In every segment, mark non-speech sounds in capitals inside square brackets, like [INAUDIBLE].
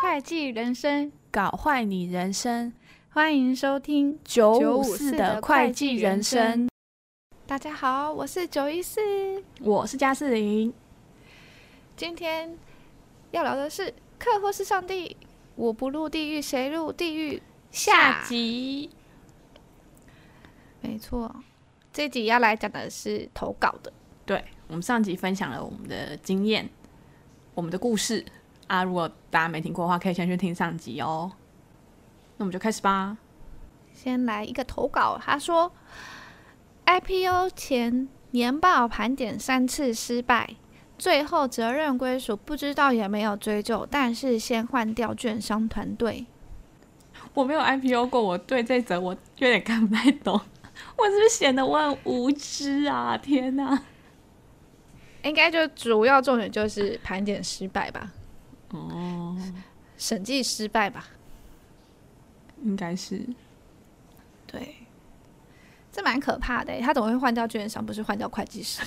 会计人生，搞坏你人生欢迎收听九五四954的会计人生。。大家好，我是九一四，我是嘉士林，今天要聊的是客户是上帝，我不入地狱，谁入地狱？下集没错，这集要来讲的是投稿的，对我们上集分享了我们的经验，我们的故事啊。如果大家没听过的话，可以先去听上集哦。那我们就开始吧。先来一个投稿，他说，IPO 前年报盘点三次失败，最后责任归属不知道也没有追究，但是先换掉券商团队。我没有 IPO 过，我对这则我有点看不太懂。我是不是显得我很无知啊？天哪、应该就主要重点就是盘点失败吧，哦，审计失败吧。应该是对，这蛮可怕的欸。他怎么会换掉券商，不是换掉会计师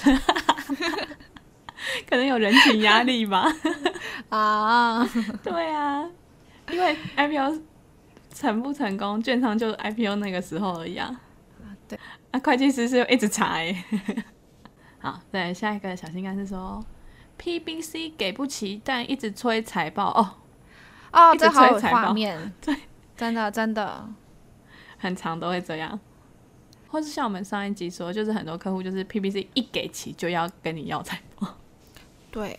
可能有人情压力吧。 [LAUGHS] 啊？ [LAUGHS] 对啊，因为 IPO 成不成功，券商就 IPO 那个时候而已啊。对，啊，会计师是一直查哎、 [LAUGHS] 好，对，下一个小心肝是说哦 PBC 给不起，但一直催财报哦， [LAUGHS] 哦，一直这好有催财画报面， [LAUGHS] 对，真的真的，很长都会这样。或是像我们上一集说，就是很多客户就是 PBC 一给起就要跟你要财报，对。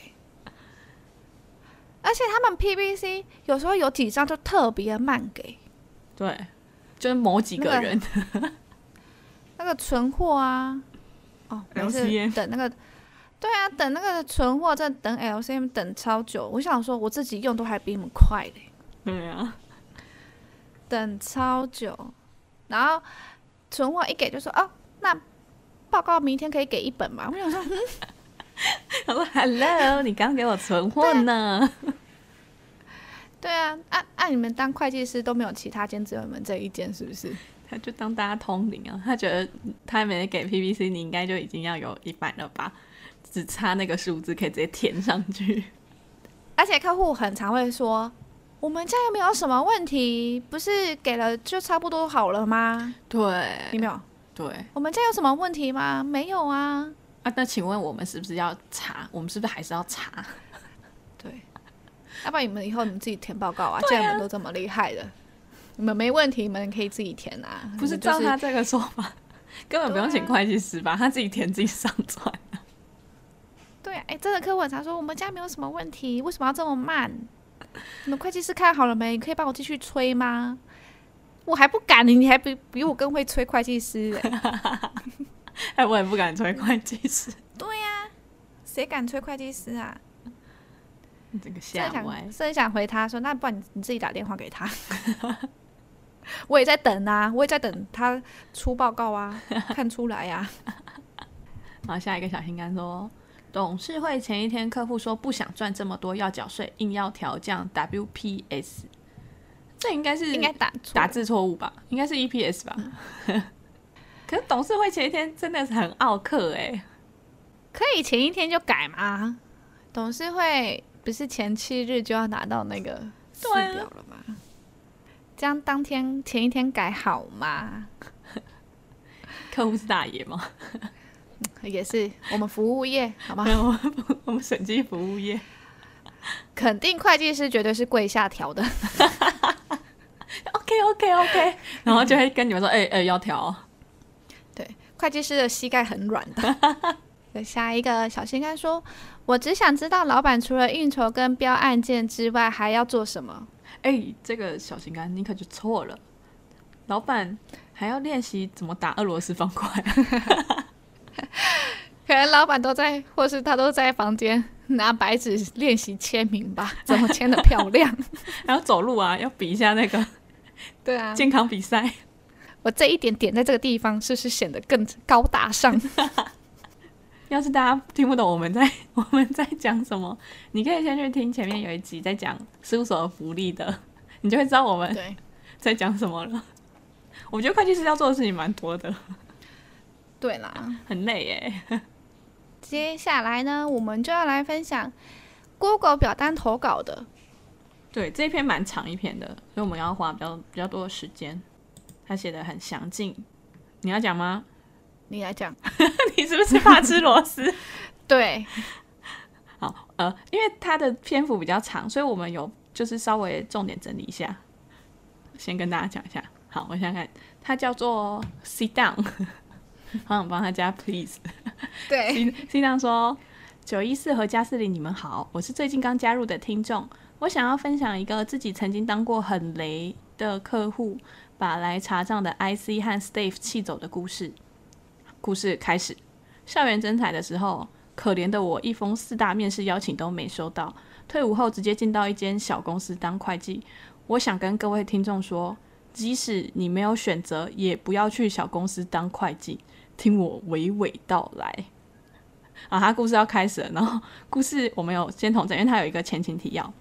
而且他们 PBC 有时候有几张就特别慢给，对，就是某几个那个人， [LAUGHS] 那个存货啊，哦，没事 [LAUGHS] LCM，等那个，对啊，等那个存货，这等 LCM 等超久。我想说，我自己用都还比你们快嘞。对啊，等超久，然后存货一给就说哦，那报告明天可以给一本嘛？我想说， [LAUGHS] 嗯他说 Hello，你刚给我存货呢，对啊，按、按、你们当会计师都没有其他间，只有你们这一间是不是？他就当大家通灵啊，他觉得他没给 PVC，你应该就已经要有一半了吧，只差那个数字可以直接填上去。而且客户很常会说，我们家又没有什么问题，不是给了就差不多好了吗？对有没有？对我们家有什么问题吗？没有啊。啊，那请问我们是不是要查？我们是不是还是要查？对，要不然你们以后你们自己填报告啊，既然你们都这么厉害的，你们没问题，你们可以自己填啊。不是你们照就是他这个说法，啊根本不用请会计师吧？他自己填自己上传。 [LAUGHS] 对啊，哎，真的客户很常说我们家没有什么问题，为什么要这么慢？你们会计师看好了没？你可以帮我继续催吗？我还不敢，你还比比我更会催会计师、欸，哎，我也不敢催会计师，谁敢催会计师啊？这个真吓的想歪。真的想回他说，那不然你你自己打电话给他。 [LAUGHS] 我也在等啊，我也在等他出报告啊，看出来呀、啊。然后下一个小心肝说，董事会前一天客户说不想赚这么多，要缴税，硬要调降 WPS，这应该是应该打错打字错误吧，应该是 EPS 吧。 [LAUGHS] 可是董事会前一天真的是很傲客哎、可以前一天就改吗？董事会不是前七日就要拿到那个四对啊表了吗？这样当天前一天改好吗？客户是大爷吗？也是我们服务业，好吗 [LAUGHS] 没？有，我们 [LAUGHS] 我们审计服务业肯定会计师绝对是跪下调的， ，OK OK [LAUGHS] OK，然后就会跟你们说，哎、哎、要调哦，对，会计师的膝盖很软的。 [LAUGHS] 对下一个小心肝说，我只想知道老板除了应酬跟标案件之外，还要做什么？哎、这个小心肝你可就错了，老板还要练习怎么打俄罗斯方块， [LAUGHS] 可能老板都在，或是他都在房间拿白纸练习签名吧，怎么签的漂亮？还要走路啊，要比一下那个对啊，健康比赛，我这一点点在这个地方，是不是显得更高大上？要是大家听不懂我们在 [LAUGHS] 我们在讲什么，你可以先去听前面有一集在讲事务所的福利的，你就会知道我 [LAUGHS] 们对，在讲什么了。 [LAUGHS] 我觉得会计师要做的事情蛮多的，对啦，很累耶。接下来呢，我们就要来分享 Google 表单投稿的。对，这一篇蛮长一篇的，所以我们要花比较比较多的时间。他写的很详尽，你要讲吗？你来讲， [LAUGHS] 你是不是怕吃螺丝？对， [LAUGHS] 好，呃，因为它的篇幅比较长，所以我们有就是稍微重点整理一下，先跟大家讲一下。好，我想想看，它叫做 Sit Down，好想帮他加 Please。对，信上说：“九一四和加四零，你们好，我是最近刚加入的听众，我想要分享一个自己曾经当过很雷的客户，把来查账的 IC 和 Steve 气走的故事。故事开始，校园征才的时候，可怜的我一封四大面试邀请都没收到，退伍后直接进到一间小公司当会计。我想跟各位听众说，即使你没有选择，也不要去小公司当会计。”听我娓娓道来，啊，他故事要开始了，然后故事我们有先统整，因为他有一个前情提要。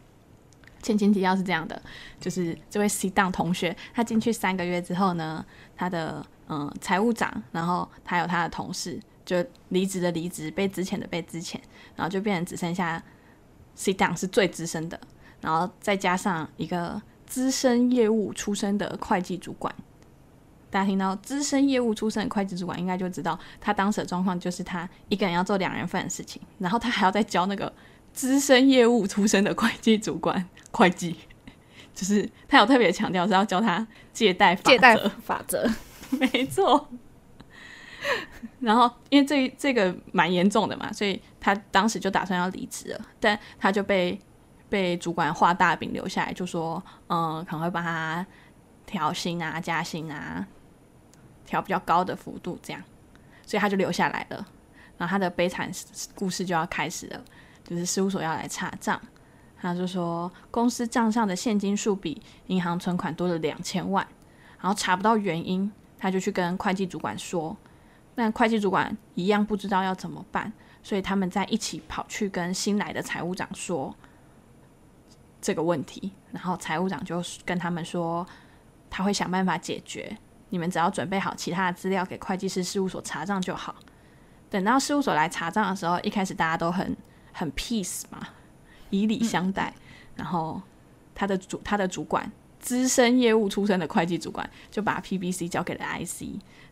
前情提要是这样的，就是这位 C 档同学，他进去三个月之后呢，他的嗯财务长，然后还有他的同事，就离职的离职，被之前的被之前，然后就变成只剩下 C 档是最资深的，然后再加上一个资深业务出身的会计主管。大家听到资深业务出身的会计主管，应该就知道他当时的状况就是他一个人要做两人份的事情，然后他还要再教那个资深业务出身的会计主管会计， [LAUGHS] 就是他有特别强调是要教他借贷法 [LAUGHS] 借贷则，法则， [LAUGHS] 没错。然后因为这这个蛮严重的嘛，所以他当时就打算要离职了，但他就被被主管画大饼留下来，就说嗯，可能会帮他调薪啊、加薪啊，调比较高的幅度这样，所以他就留下来了。然后他的悲惨故事就要开始了，就是事务所要来查账，他就说公司账上的现金数比银行存款多了两千万，然后查不到原因，他就去跟会计主管说，但会计主管一样不知道要怎么办，所以他们在一起跑去跟新来的财务长说这个问题，然后财务长就跟他们说他会想办法解决，你们只要准备好其他的资料给会计师事务所查账就好。等到事务所来查账的时候，一开始大家都很很 peace 嘛，以礼相待。然后他的主他的主管资深业务出身的会计主管就把 PBC 交给了 IC，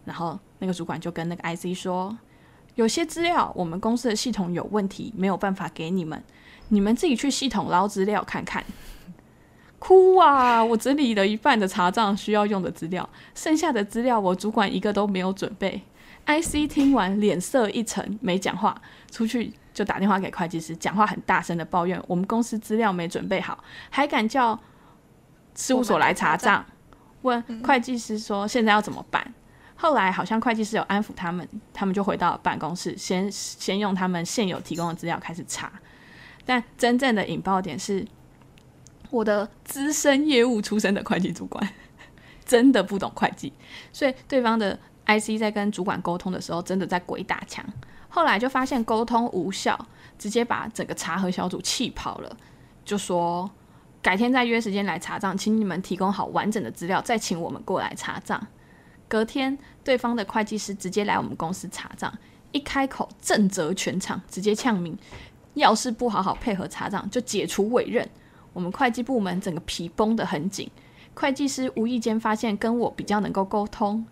然后那个主管就跟那个 IC 说，有些资料我们公司的系统有问题，没有办法给你们，你们自己去系统捞资料看看。哭啊！我整理了一半的查账需要用的资料，剩下的资料我主管一个都没有准备。IC 听完脸色一沉，没讲话，出去就打电话给会计师，讲话很大声的抱怨我们公司资料没准备好，还敢叫事务所来查账，问会计师说现在要怎么办。后来好像会计师有安抚他们，他们就回到办公室，先先用他们现有提供的资料开始查。但真正的引爆点是，我的资深业务出身的会计主管真的不懂会计，所以对方的 IC 在跟主管沟通的时候，真的在鬼打墙。后来就发现沟通无效，直接把整个查核小组气跑了，就说改天再约时间来查账，请你们提供好完整的资料，再请我们过来查账。隔天，对方的会计师直接来我们公司查账，一开口震责全场，直接呛明：要是不好好配合查账，就解除委任。我们会计部门整个皮绷得很紧。会计师无意间发现跟我比较能够沟通，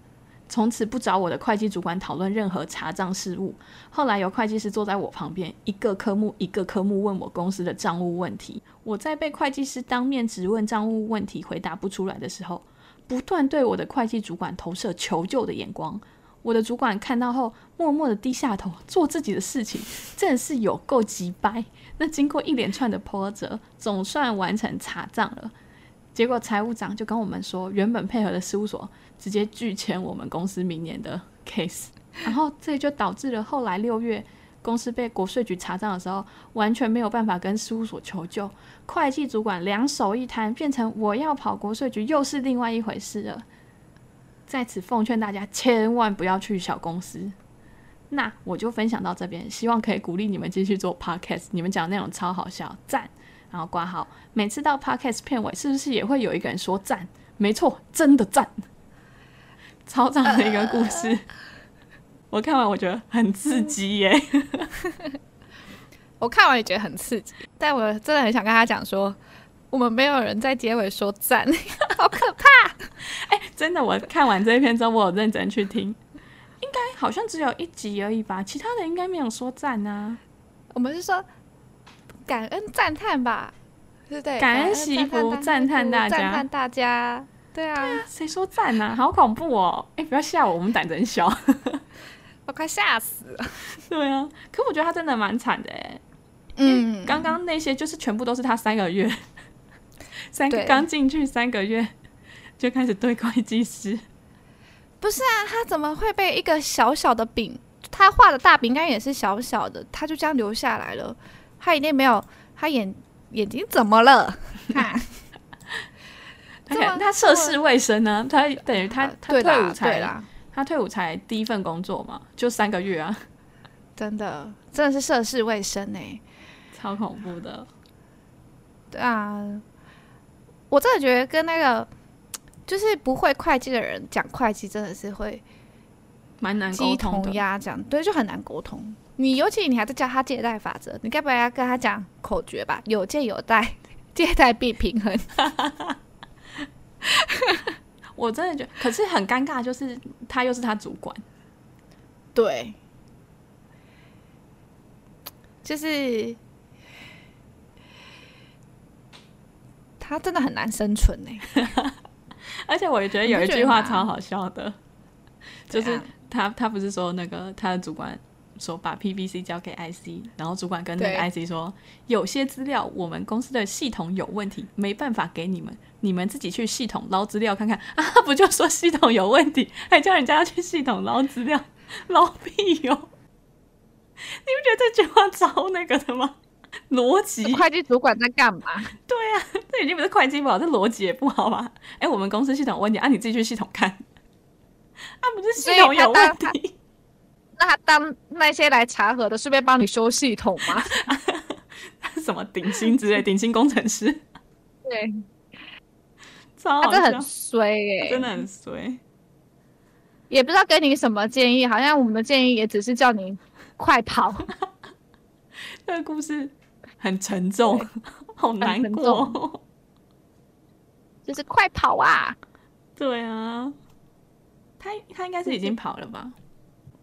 从此不找我的会计主管讨论任何查账事务。后来有会计师坐在我旁边，一个科目一个科目问我公司的账务问题。我在被会计师当面质问账务问题回答不出来的时候，不断对我的会计主管投射求救的眼光。我的主管看到后，默默的低下头做自己的事情，真是有够急掰。那经过一连串的波折，总算完成查账了。结果财务长就跟我们说，原本配合的事务所直接拒签我们公司明年的 case，然后这就导致了后来六月公司被国税局查账的时候，完全没有办法跟事务所求救，会计主管两手一摊，变成我要跑国税局又是另外一回事了。在此奉劝大家，千万不要去小公司。那我就分享到这边，希望可以鼓励你们继续做 podcast。你们讲的内容超好笑，赞！然后挂号，每次到 podcast 片尾，是不是也会有一个人说赞？没错，真的赞！超长的一个故事，我看完我觉得很刺激耶、 [LAUGHS] 我看完也觉得很刺激，但我真的很想跟他讲说，我们没有人在结尾说赞， [LAUGHS] 好可怕。哎真的，我看完这一篇之后，我有认真去听，应该好像只有一集而已吧，其他的应该没有说赞啊。我们是说感恩赞叹吧，对不对？感恩惜福赞叹大家赞叹大家。对啊，谁说赞啊？好恐怖哦！哎、不要吓我，我们胆子很小。 [LAUGHS] [LAUGHS] 我快吓死了。对啊，可我觉得他真的蛮惨的哎。嗯，刚刚那些就是全部都是他三个月， [LAUGHS] 三个对刚进去三个月就开始对会计师，他啊怎么会被一个小小的饼？他画的大饼应该也是小小的，他就这样留下来了。他一定没有，他眼眼睛怎么了？ [LAUGHS] 啊他这么他涉世未深呢、他等于他他对啦退伍对才啦，他退伍才第一份工作嘛，就三个月啊， [LAUGHS] 真的真的是涉世未深哎、超恐怖的。对啊，我真的觉得跟那个就是不会会计的人讲会计，真的是会蛮难沟鸡通同的，鸭讲，对，就很难沟通。你尤其你还在教他借贷法则，你该不会要跟他讲口诀吧？有借有贷， [LAUGHS] 借贷必平衡。我真的觉得，可是很尴尬，就是他又是他主管，对，就是他真的很难生存 [LAUGHS] 呢、而且我也觉得有一你不觉句得话吗超好笑的，就是怎样他他不是说那个他的主管说把 PVC 交给 IC，然后主管跟那个对 IC 说，有些资料我们公司的系统有问题，没办法给你们，你们自己去系统捞资料看 [LAUGHS] 看啊，不就说系统有问题，还叫人家去系统捞资料， [LAUGHS] 捞屁哟、你不觉得这句话超那个的吗？逻辑会计主管在干嘛？对啊，这已经不是会计不好，这逻辑也不好吧？哎，我们公司系统有问题啊，你自己去系统看。啊，不是系统有问所题， [LAUGHS] 那他当那些来查核的，顺便帮你修系统 [LAUGHS] 吗？ [LAUGHS] 什么顶薪 [LAUGHS] 之类，顶薪工程师，对，超他好这笑，很衰耶、真的很衰。也不知道给你什么建议，好像我们的建议也只是叫你快跑， [LAUGHS] 这个故事很沉重，好难很沉过。就是快跑啊！对啊，他他应该是已经跑了吧？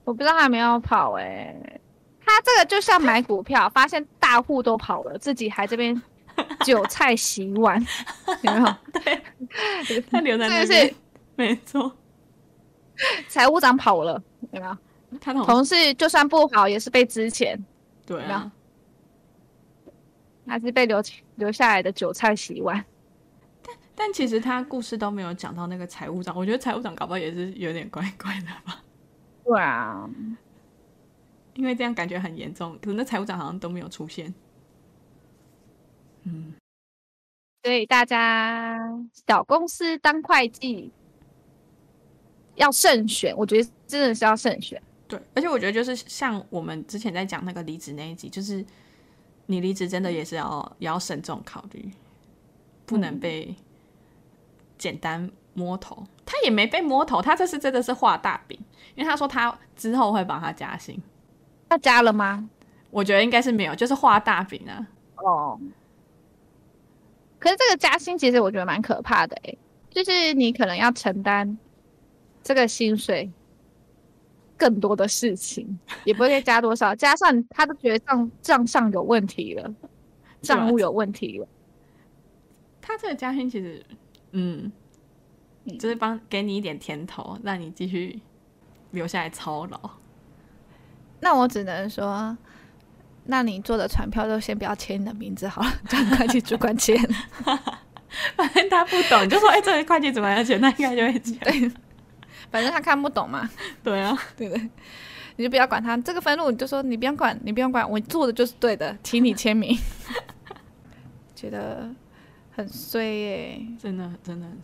我不知道他有没有跑哎、他这个就像买股票，发现大户都跑了，自己还这边韭菜洗 [LAUGHS] 碗，有没有？他留在那这个边是，没错，财务长跑了，有没有？他同同事就算不好也是被支钱，对有没啊，还是被留留下来的韭菜洗碗。但其实他故事都没有讲到那个财务长，我觉得财务长搞不好也是有点怪怪的吧。对啊，因为这样感觉很严重，可是那财务长好像都没有出现。嗯，所以大家小公司当会计要慎选，我觉得真的是要慎选。对，而且我觉得就是像我们之前在讲那个离职那一集，就是你离职真的也是要也要慎重考虑，不能被简单摸头。他也没被摸头，他这次真的是画大饼，因为他说他之后会帮他加薪，要加了吗？我觉得应该是没有，就是画大饼啊。哦，可是这个加薪其实我觉得蛮可怕的诶、欸就是你可能要承担这个薪水更多的事情，也不会再加多 [LAUGHS] 少，加上他都觉得账账上有问题了，账务有问题了，他这个加薪其实，嗯，嗯就是帮给你一点甜头，让你继续留下来操劳。那我只能说。那你做的传票就先不要签你的名字好了，叫会计主管签。反正他不懂，你就说哎、这个会计怎么要钱，那应该就会钱。对 [LAUGHS] 反正他看不懂嘛，对啊， [LAUGHS] 对不对？你就不要管他这个分录，你就说你不要管，你不要管，我做的就是对的，请你签名。 [LAUGHS] 觉得很衰耶、真的真的很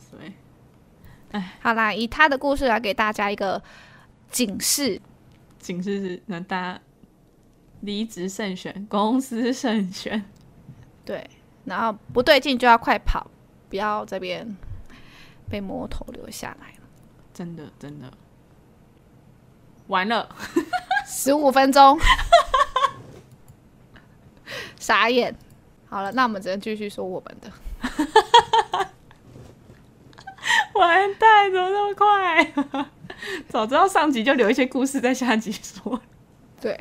衰。好啦，以他的故事来给大家一个警示，警示是，那大家离职慎选，公司慎选。对，然后不对劲就要快跑，不要这边被魔头留下来了。真的真的。完了， [LAUGHS] 十五分钟， [LAUGHS] 傻眼。好了，那我们只能继续说我们的。完蛋，怎么那么快、 [LAUGHS] 早知道上集就留一些故事在下集说，对，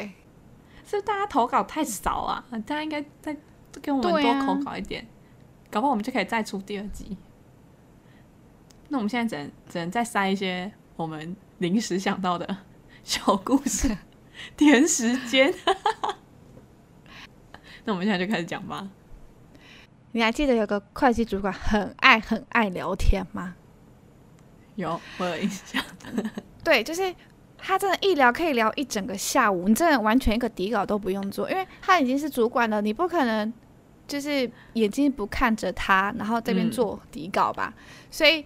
是不是大家投稿太少啊？大家应该再给我们对多啊投稿一点，搞不好我们就可以再出第二集。那我们现在只能只能再塞一些我们临时想到的小故事， [LAUGHS] 填时间。 [LAUGHS] 那我们现在就开始讲吧。你还记得有个会计主管很爱很爱聊天吗？有，我有印 [LAUGHS] 象。对，就是他真的，一聊可以聊一整个下午，你真的完全一个底稿都不用做，因为他已经是主管了，你不可能就是眼睛不看着他，然后这边嗯做底稿吧。所以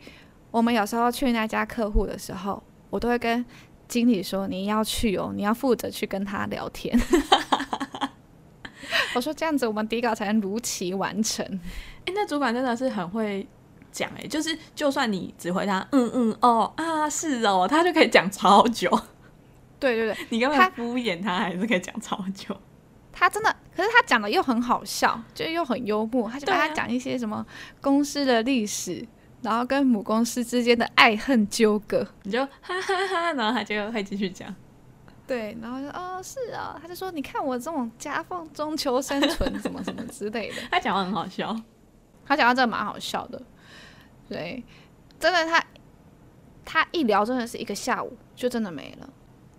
我们有时候去那家客户的时候，我都会跟经理说：“你要去哦，你要负责去跟他聊天。” [LAUGHS] 我说这样子，我们底稿才能如期完成。 [LAUGHS] 哎、那主管真的是很会讲哎、就是就算你只回答嗯嗯哦啊是哦，他就可以讲超久， [LAUGHS] 对对对，你根他本敷衍他，还是可以讲超久。他真的，可是他讲的又很好笑，就又很幽默，他就对把啊他讲一些什么公司的历史，然后跟母公司之间的爱恨纠葛。你就哈哈哈，然后他就会继续讲。对，然后就哦是哦，他就说你看我这种夹缝中求生存什么什么之类的，他讲话很好笑， [LAUGHS] 他讲到这蛮好笑的。对，真的他他一聊真的是一个下午就真的没了，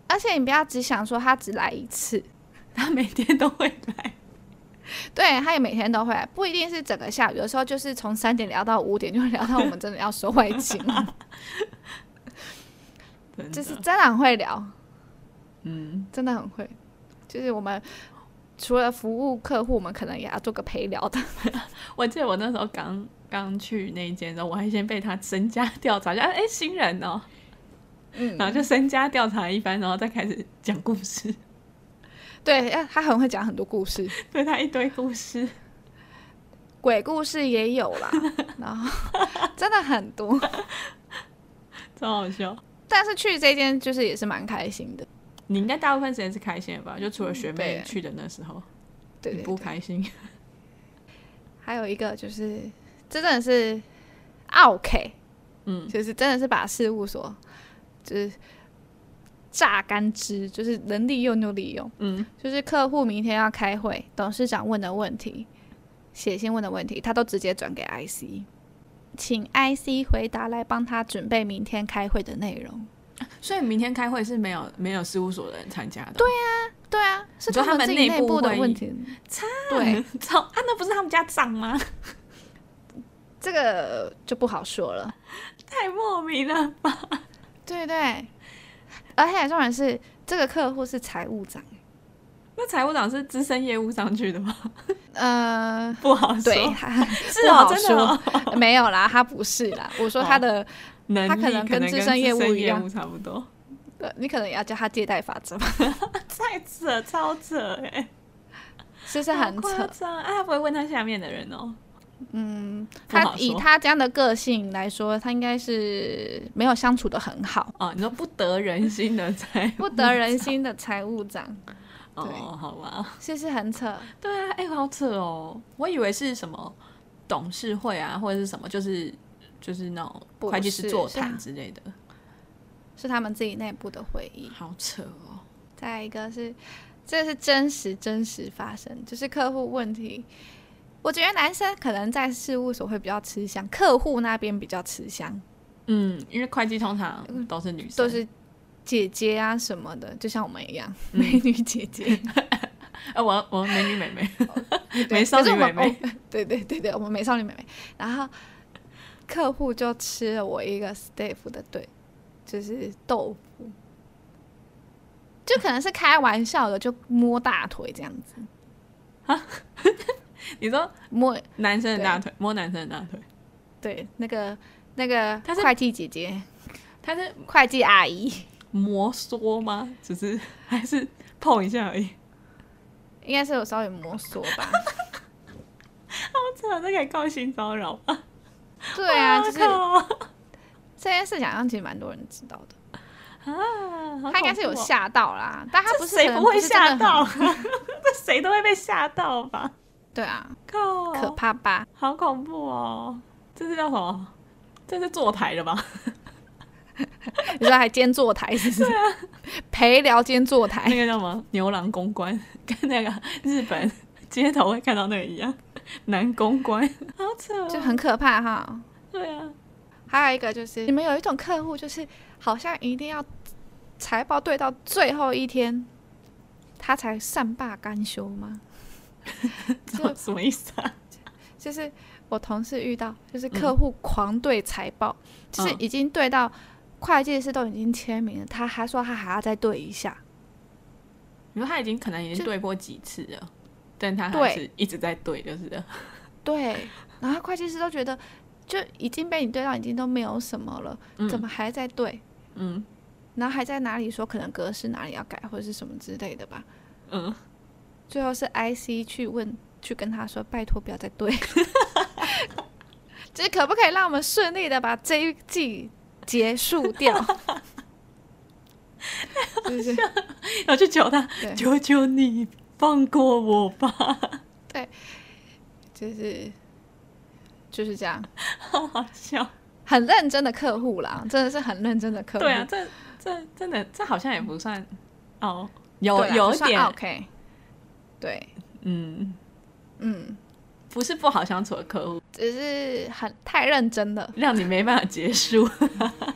而且你不要只想说他只来一次，他每天都会来。对他也每天都会来，不一定是整个下午，有时候就是从三点聊到五点，就会聊到我们真的要收外勤了。 [LAUGHS] 真的就是真的很会聊，嗯，真的很会。就是我们除了服务客户，我们可能也要做个陪聊的。我记得我那时候刚刚去那一间的时候，我还先被他身家调查一下，哎、新人哦，嗯然后就身家调查一番，然后再开始讲故事， [LAUGHS] [LAUGHS] 对，呃他很会讲很多故事，对他一堆故事。鬼故事也有 [LAUGHS] 啦，然后真的很多。超好笑。但是去这间就是也是蛮开心的，你应该大部分时间是开心的吧？就除了学妹嗯对去的那时候，对你对不对。开心。还有一个就是，这真的是 OK，嗯，就是真的是把事务所就是榨干汁，就是能利用就利用。嗯，就是客户明天要开会，董事长问的问题，写信问的问题，他都直接转给 IC，请 IC 回答来帮他准备明天开会的内容。 [LAUGHS] 所以明天开会是没有没有事务所的人参加的。对对啊，是你说他们们自己内内部部的会议问题。对，， [LAUGHS] 超啊，那不是他们家长吗？ [LAUGHS] 这个就不好说了。太莫名了吧。对对，而且重点是这个客户是财务长， [LAUGHS] 那财务长是资深业务上去的吗？ [LAUGHS] 呃， [LAUGHS] 不好 [LAUGHS] 说，对， [LAUGHS] 他是不哦，好真的哦、 [LAUGHS] 没有啦，他不是啦。我说他的，能力他可能跟资深业务资深一业样务差不多。呃你可能也要叫他借贷法则吧，太扯，超扯哎、欸，是不是很好扯夸？张啊！他不会问他下面的人哦。嗯，不他好以说他这样的个性来说，他应该是没有相处的很好，哦，你说不得人心的 [LAUGHS] 财务不得人心的财务长，哦，好吧。是不是很扯？对啊，哎、好扯哦！我以为是什么董事会啊，或者是什么，就是就是那种不会计师是座是谈啊之类的，是他们自己内部的回忆。好扯哦！再一个是，这是真实真实发生，就是客户问题。我觉得男生可能在事务所会比较吃香，客户那边比较吃香，嗯，因为会计通常呃都是女生，都是姐姐啊什么的，就像我们一样，[LAUGHS] 嗯美女姐姐，呃，我我美女妹妹，对 [LAUGHS] 美少可是女我们 [LAUGHS] 妹妹，对对对对，我们美少女妹妹。然后客户就吃了我一个 staff 的对，就是豆腐，就可能是开玩笑的，就摸大腿这样子， [LAUGHS] 你说摸男生的大腿，摸男生的大腿，对那个那个她是会计姐姐、他是会计阿姨，摩挲吗？只是还是碰一下而已。 [LAUGHS] 应该是有稍微摸索吧。我操，这可以告性骚扰吗？对啊，我就是靠啊这件事情好像其实蛮多人知道的。他应该是有吓。吓到啦，但他哦这不是谁可能不会是真的吓很到？ [LAUGHS] 这谁都会被吓到吧？对啊，靠，哦可怕吧？好恐怖哦！这是叫什么？这是坐台的吧？你说还兼坐台是不是？啊陪聊兼坐那台，个叫什么牛郎公关，跟那个日本街头会看到那个一样，男公关， [LAUGHS] 好扯、哦，就很可怕哈。对啊，还有一个就是，你们有一种客户，就是好像一定要财报对到最后一天，他才善罢甘休 [LAUGHS] 吗？这什么意思啊？就是我同事遇到，就是客户狂对财报，就是嗯已经对到会计师都已经签名了，他还说他还要再对一下。你说他已经可能已就经对过几次了，但他还对是一直在对，就是了对，然后会计师都觉得就已经被你对到已经都没有什么了，嗯怎么还在对？嗯然后还在哪里说可能格式哪里要改或者是什么之类的吧。嗯，最后是 IC 去问去跟他说，拜托不要再对， [LAUGHS] 就是可不可以让我们顺利的把这一季结束掉？ [LAUGHS] 就是要去求他，对求求你放过我吧，就是就是这样，好好笑。很认真的客户啦，真的是很认真的客户。 [LAUGHS] 对啊，，这这真的这好像也不算哦，有对啊有不一算点， OK。对，嗯，嗯，不是不好相处的客户，只是很太认真 [LAUGHS] 了。让你没办法结束。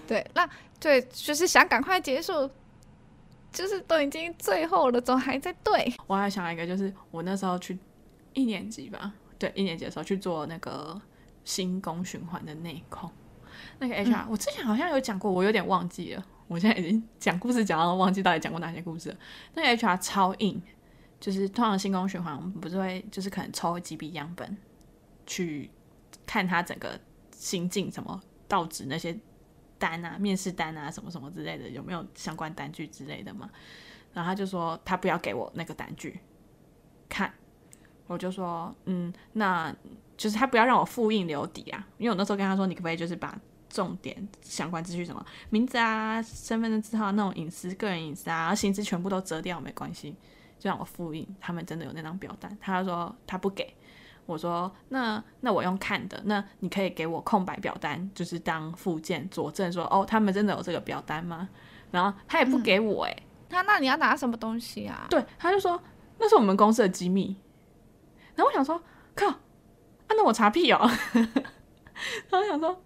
对，那对，就是想赶快结束，就是都已经最后了，总还在对。我还想到一个，就是我那时候去一年级吧，对，一年级的时候去做那个新工循环的内控，那个 HR，、我之前好像有讲过，我有点忘记了，我现在已经讲故事讲到忘记到底讲过哪些故事了。那个 HR 超硬，就是通常新工循环，我们不是会就是可能抽几笔样本去看他整个新进什么到职那些单啊、面试单啊什么什么之类的，有没有相关单据之类的嘛？然后他就说他不要给我那个单据看，我就说嗯，那就是他不要让我复印留底啊，因为我那时候跟他说你可不可以就是把重点相关资讯什么名字啊、身份证字号那种隐私、个人隐私啊、薪资全部都遮掉没关系，就让我复印，他们真的有那张表单，他就说他不给。我说那那我用看的，那你可以给我空白表单，就是当附件佐证说哦，他们真的有这个表单吗？然后他也不给我哎、那那你要拿什么东西啊？对，他就说那是我们公司的机密。然后我想说，靠，啊，那我查屁哦。 [LAUGHS] 然后我想说，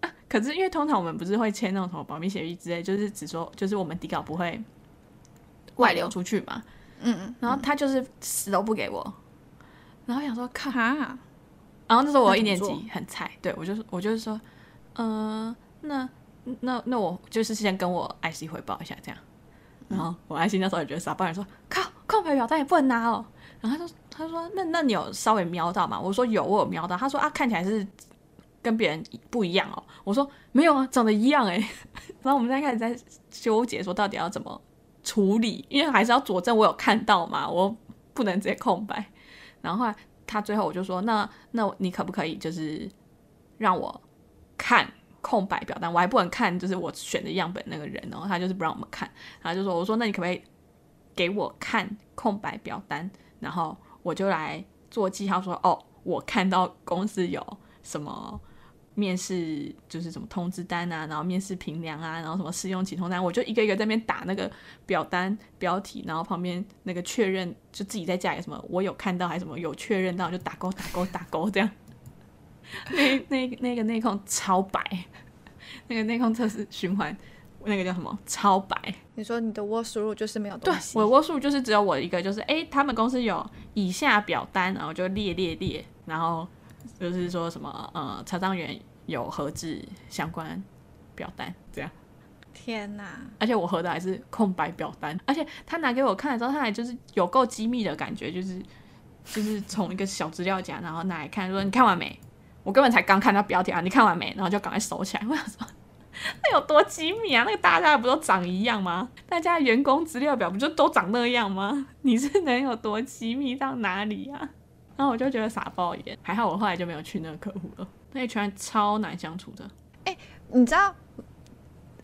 啊，可是因为通常我们不是会签那种什么保密协议之类，就是只说就是我们底稿不会外流出去嘛。嗯，然后他就是死都不给我。然后我想说，靠，哈，然后那时那候我一怎么年做级很菜，对我就是我就是说，嗯、那那那我就是先跟我艾希汇报一下这样。嗯然后我艾希那时候也觉得傻，不然说靠空白表单也不能拿哦。然后他就他说那那你有稍微瞄到吗？我说有，我有瞄到。他说啊看起来是跟别人不一样哦。我说没有啊，长得一样哎。 [LAUGHS] 然后我们再开始在纠结说到底要怎么处理，因为还是要佐证我有看到嘛，我不能直接空白。然后后来他最后我就说，那那你可不可以就是让我看空白表单？我还不能看，就是我选的样本那个人哦，然后他就是不让我们看，然后就说我说那你可不可以给我看空白表单？然后我就来做记号说，哦，我看到公司有什么。面试就是什么通知单啊，然后面试评量啊，然后什么试用启动单，我就一个一个在那边打那个表单标题，然后旁边那个确认，就自己在家里什么我有看到还是什么有确认到，就打勾打勾打勾这样。那那那个内控超白，那个内控测试循环，那个叫什么超白。你说你的 word 输入就是没有对东，西，我的握数就是只有我一个，就是诶，他们公司有以下表单，然后就列列列，然后就是说什么呃，查账员有核置相关表单这样。天哪，而且我合的还是空白表单，而且他拿给我看的时候，他还就是有够机密的感觉，就是就是从一个小资料夹，然后拿来看，啊说你看完没？我根本才刚看到标题啊，你看完没？然后就赶快收起来。我想说，那有多机密啊？那个大家不都长一样吗？大家员工资料表不就都长那样吗？你是能有多机密到哪里啊？然后我就觉得傻爆眼，还好我后来就没有去那个客户了，那一圈超难相处的。你知道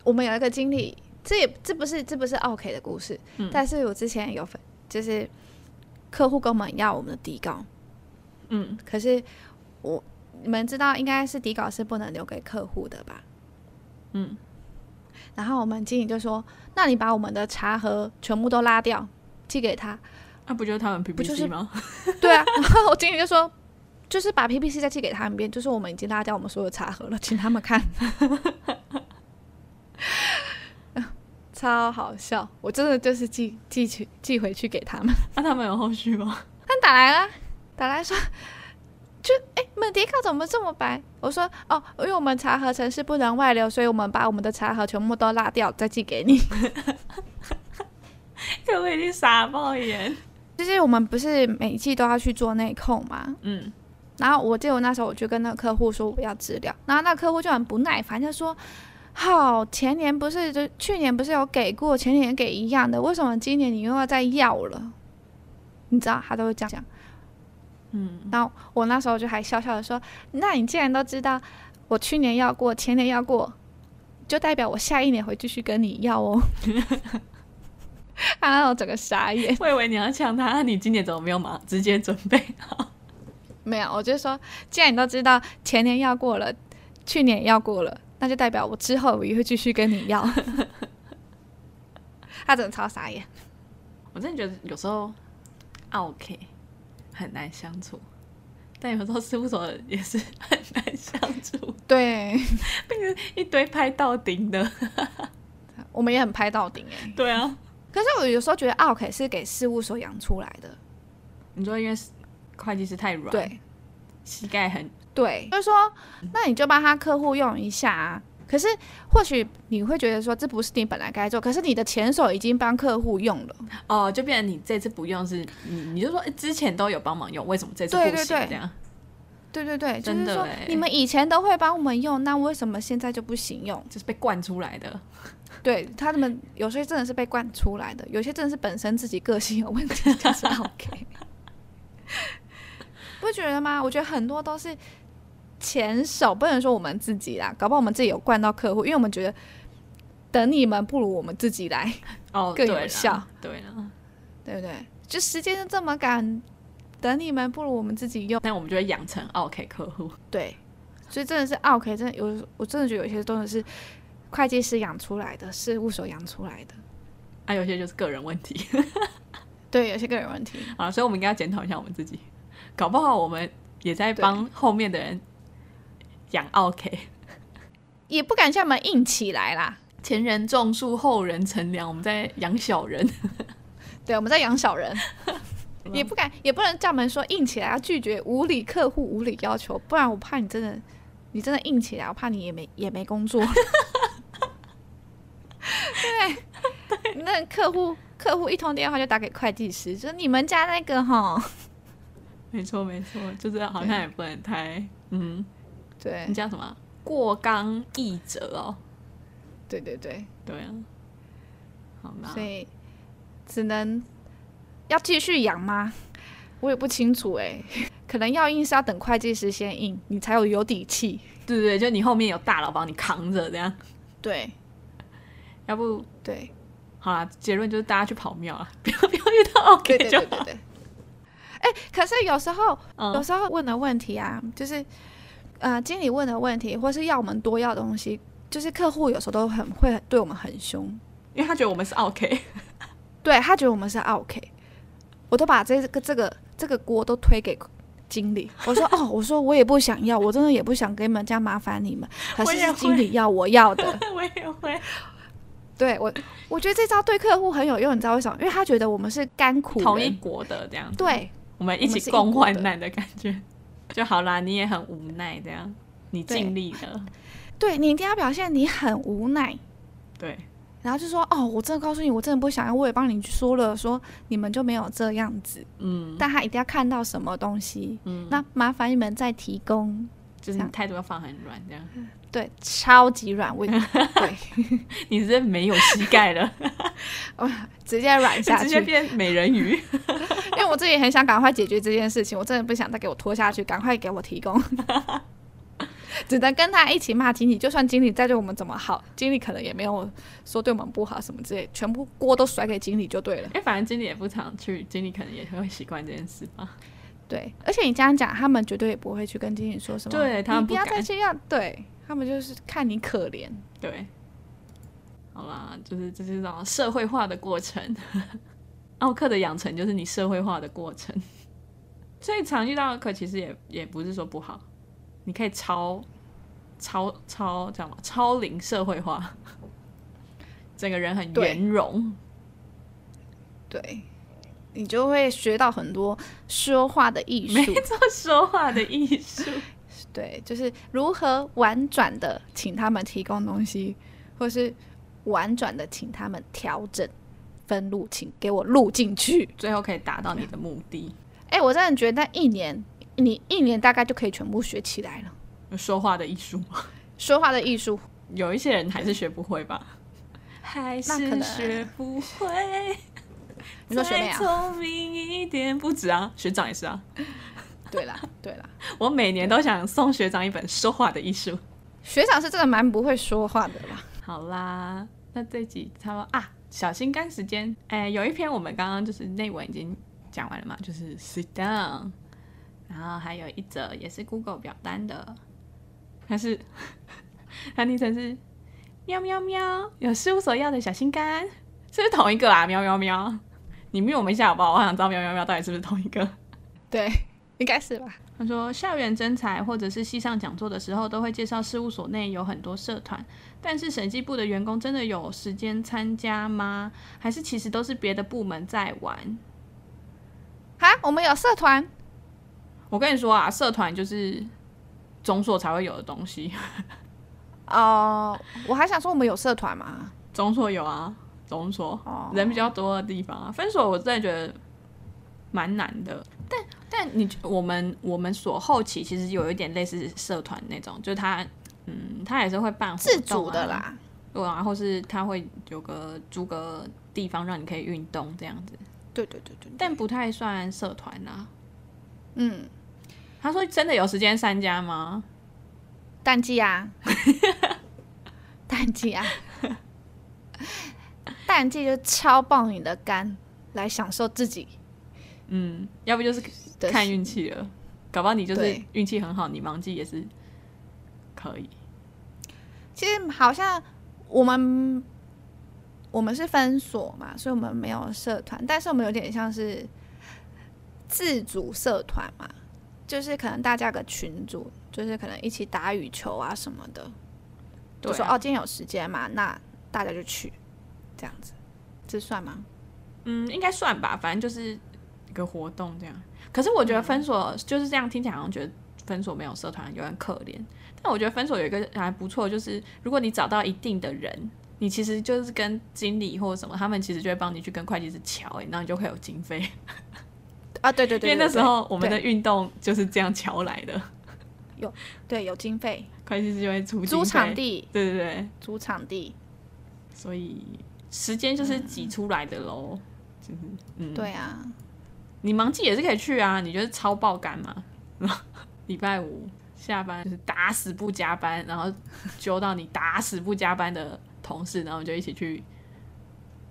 我们有一个经理，这也这不是这不是 OK 的故事，嗯但是我之前有分，就是客户跟我们要我们的底稿，嗯，可是我你们知道应该是底稿是不能留给客户的吧？嗯，然后我们经理就说：“那你把我们的茶盒全部都拉掉，寄给他。那、啊不就是他们 PPT 不就是吗？”对啊， [LAUGHS] 然后我经理就说：“就是把 PPC 再寄给他们一遍，就是我们已经拉掉我们所有茶盒了，请他们看。” [LAUGHS] 超好笑，我真的就是寄寄去寄回去给他们。那、啊他们有后续吗？他打来了，打来说，就哎，你们迪卡怎么这么白？我说哦，因为我们茶盒城市不能外流，所以我们把我们的茶盒全部都拉掉，再寄给你。 [LAUGHS] 这我已经傻爆眼。就是我们不是每一季都要去做内控嘛？嗯，然后我记得我那时候我就跟那个客户说我要资料，然后那个客户就很不耐烦，就说。好，前年不是就去年不是有给过，前年也给一样的，为什么今年你又要再要了？你知道他都会这样讲。嗯，然后我那时候就还笑笑的说：“那你既然都知道我去年要过，前年要过，就代表我下一年会继续跟你要哦。” [LAUGHS] 他让我整个傻眼。我以为你要呛他，啊你今年怎么没有马直接准备？没有，我就说，既然你都知道前年要过了，去年也要过了，那就代表我之后也会继续跟你要。 [LAUGHS] 他整个超傻眼。 [LAUGHS] 我真的觉得有时候啊 OK 很难相处，但有时候事务所也是很难相处，对，一堆拍到顶的。我们也很拍到顶哎。 [LAUGHS] 对啊，可是我有时候觉得奥 k 是给事务所养出来的。你说因为会计师太软，对，膝盖很对，就是说，那你就帮他客户用一下啊。可是或许你会觉得说，这不是你本来该做，可是你的前手已经帮客户用了。哦，就变成你这次不用是，你你就说诶之前都有帮忙用，为什么这次不对行？对对这样对对对，就真是的说欸你们以前都会帮我们用，那为什么现在就不行用？就是被惯出来的。对他们有些真的是被惯出来的，有些真的是本身自己个性有问题，就是 OK，不觉得吗？我觉得很多都是前手，不能说我们自己啦，搞不好我们自己有惯到客户，因为我们觉得等你们不如我们自己来。哦，更有对啦效。对啊了，对不对？就时间就这么赶，等你们不如我们自己用。那我们就会养成哦 OK 客户。对，所以真的是 OK，真的有，我真的觉得有些东西是会计师养出来的，事务所养出来的。啊，有些就是个人问题对，有些个人问题，啊，所以我们应该要检讨一下我们自己，搞不好我们也在帮后面的人养 OK。也不敢叫我们硬起来啦。前人种树，后人乘凉，我们在养小人。 [LAUGHS] 对，我们在养小人，也不敢，也不能叫我们说硬起来，要拒绝无理客户、无理要求，不然我怕你真的，你真的硬起来，我怕你也没也没工作。对，那客户客户一通电话就打给会计师，就是你们家那个哈，没错，没错，就是好像也不能太嗯，对你叫什么啊过刚易折哦。对对对，对啊，好吧。所以只能要继续养吗？我也不清楚哎、可能要硬是要等会计师先硬，你才有有底气。对对，对就你后面有大佬帮你扛着这样，对要不 [LAUGHS] 对，好啦，结论就是大家去跑庙啊，不要不要遇到 OK 对对就对对好。 [LAUGHS] 对。哎、可是有时候有嗯，时候问的问题啊，就是呃，经理问的问题，或是要我们多要东西，就是客户有时候都很会对我们很凶，因为他觉得我们是 OK，对他觉得我们是 OK，我都把这个这个这个锅都推给。经 [LAUGHS] 理，我说哦，我说我也不想要，我真的也不想给你们这样麻烦你们，可 [LAUGHS] 我是也是会经理要我要 [LAUGHS] 的， [LAUGHS] 我也会。对我，我觉得这招对客户很有用，你知道为什么？因为他觉得我们是甘苦同一人，国的这样，对我们一起共患难的感觉就好啦。你也很无奈这样，你尽力了，对，你一定要表现你很无奈，对然后就说：“哦，我真的告诉你，我真的不想要，我也帮你说了，说你们就没有这样子。嗯但他一定要看到什么东西，嗯，那麻烦你们再提供。就是你态度要放很软这样，对，超级软胃，对，你是不是没有膝盖 [LAUGHS] 了， [LAUGHS] 直接软下 [LAUGHS] 直去。接变美人 [LAUGHS] 鱼。因为我自己很想赶快解决这件事情，我真的不想再给我拖下去，赶快给我提供。 [LAUGHS] 只能跟他一起骂经理。就算经理再对我们怎么好，经理可能也没有说对我们不好什么之类，全部锅都甩给经理就对了。因为反正经理也不常去，经理可能也会习惯这件事吧。对，而且你这样讲，他们绝对也不会去跟经理说什么，对啊他们你不不要敢再这样，对他们就是看你可怜。对，好啦，就是这就是这种社会化的过程。 [LAUGHS] 奥克的养成就是你社会化的过程。 [LAUGHS] 最常遇到的课其实也也不是说不好，你可以超超超叫什么超龄社会化， [LAUGHS] 整个人很对圆融。对，你就会学到很多说话的艺没术。错， [LAUGHS] 说话的艺术。对，就是如何婉转的请他们提供东西，或是婉转的请他们调整分路，请给我录进去。 [LAUGHS] 最后可以达到你的目的。哎，我真的觉得那一年，你一年大概就可以全部学起来了。说话的艺术吗，说话的艺术，有一些人还是学不会吧，还那可是能学不会。你说学妹再啊？聪明一点不止啊，学长也是啊。对啦，对啦，我每年都想送学长一本《说话的艺术》。学长是真的蛮不会说话的啦。好啦，那这集差不多啊，小心肝时间。哎，有一篇我们刚刚就是内文已经讲完了嘛，就是 sit down，然后还有一则也是 Google 表单的，它是 [LAUGHS] 它昵称是喵喵喵，有事务所要的小心肝，是不是同一个啊？喵喵喵，你灭我们一下好不好？我想知道喵喵喵到底是不是同一个。对，应该是吧？他说，校园征才或者是系上讲座的时候，都会介绍事务所内有很多社团，但是审计部的员工真的有时间参加吗？还是其实都是别的部门在玩？哈，我们有社团，我跟你说啊，社团就是中所才会有的东西， [LAUGHS] 哦、我还想说我们有社团嘛。中所有啊，中所哦人比较多的地方啊，分所我真的觉得蛮难的，但但你我们我们所后期其实有一点类似社团那种，就是他。嗯，他也是会办活自动主的啊啦，对啊，或是他会有个租个地方让你可以运动这样子，对对对对，但不太算社团啊。嗯，他说真的有时间参加吗？淡季啊， [LAUGHS] 淡季啊，淡季就敲爆你的肝，来享受自己嗯，要不就是的看运气了，搞不好你就是对运气很好，你忙季也是可以。其实好像我们我们是分所嘛，所以我们没有社团，但是我们有点像是自主社团嘛，就是可能大家有个群组，就是可能一起打羽球啊什么的，对就说啊哦今天有时间嘛，那大家就去这样子，这算吗？嗯，应该算吧，反正就是一个活动这样。可是我觉得分所就是这样，听起来好像觉得分所没有社团有点可怜。但我觉得分所有一个还不错，就是如果你找到一定的人，你其实就是跟经理或者什么，他们其实就会帮你去跟会计师瞧、欸，然后你就会有经费。啊，对对对因为那时候我们的对运动就是这样瞧来的， [LAUGHS] 对有经费，会计师就会出经租费场，地，对对对，租场地，所以时间就是挤出来的嗯喽。嗯对啊，你忙季也是可以去啊，你就是超爆肝嘛。 [LAUGHS] 礼拜五下班就是打死不加班，然后揪到你打死不加班的同事，然后就一起去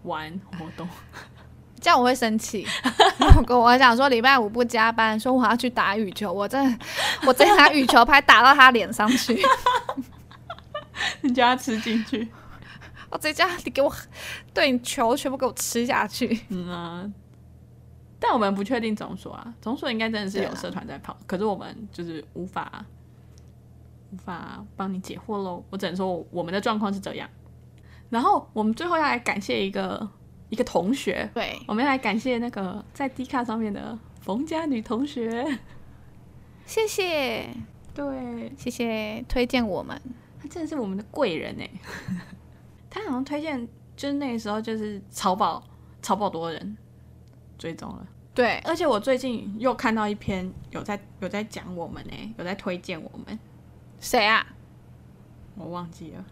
玩活 [LAUGHS] 动。这样我会生气。 [LAUGHS] 如果我想说礼拜五不加班，说我要去打羽球，我真的 [LAUGHS] 我真的拿羽球拍打到他脸上去， [LAUGHS] 你就要吃进去。我直接叫你给我对你球全部给我吃下去。嗯啊，但我们不确定总所啊，总所应该真的是对啊有社团在跑，可是我们就是无法无法帮你解惑喽。我只能说我我们的状况是这样。然后我们最后要来感谢一个一个同学，对，我们要来感谢那个在 D 卡上面的冯家女同学，谢谢对，谢谢推荐我们，她真的是我们的贵人哎。 [LAUGHS] 她好像推荐，就是那个时候就是超爆超爆多人追踪了，对而且我最近又看到一篇有在有在讲我们哎，有在推荐我们，谁啊？我忘记了，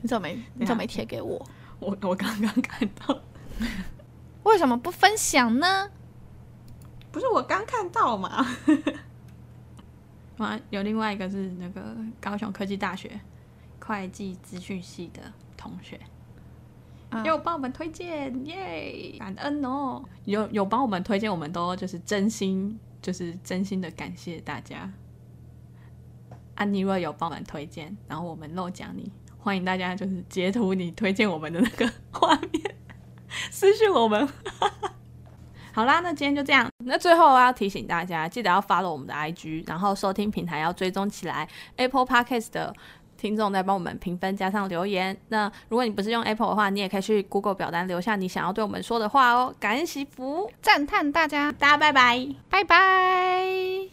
你怎么没你怎么没贴给我？我我刚刚看到，为什么不分享呢？ [LAUGHS] 不是我刚看到嘛？啊，有另外一个是那个高雄科技大学会计资讯系的同学，啊有帮我们推荐，耶，感恩哦！有有帮我们推荐，我们都就是真心，就是真心的感谢大家。啊，你若有帮我们推荐，然后我们漏讲你，欢迎大家就是截图你推荐我们的那个画面，私信我们。好啦，那今天就这样。那最后要提醒大家，记得要 follow 我们的 IG，然后收听平台要追踪起来。Apple Podcast 的听众在帮我们评分加上留言。那如果你不是用 Apple 的话，你也可以去 Google 表单留下你想要对我们说的话哦。感恩惜福，赞叹大家，大家拜拜。拜拜。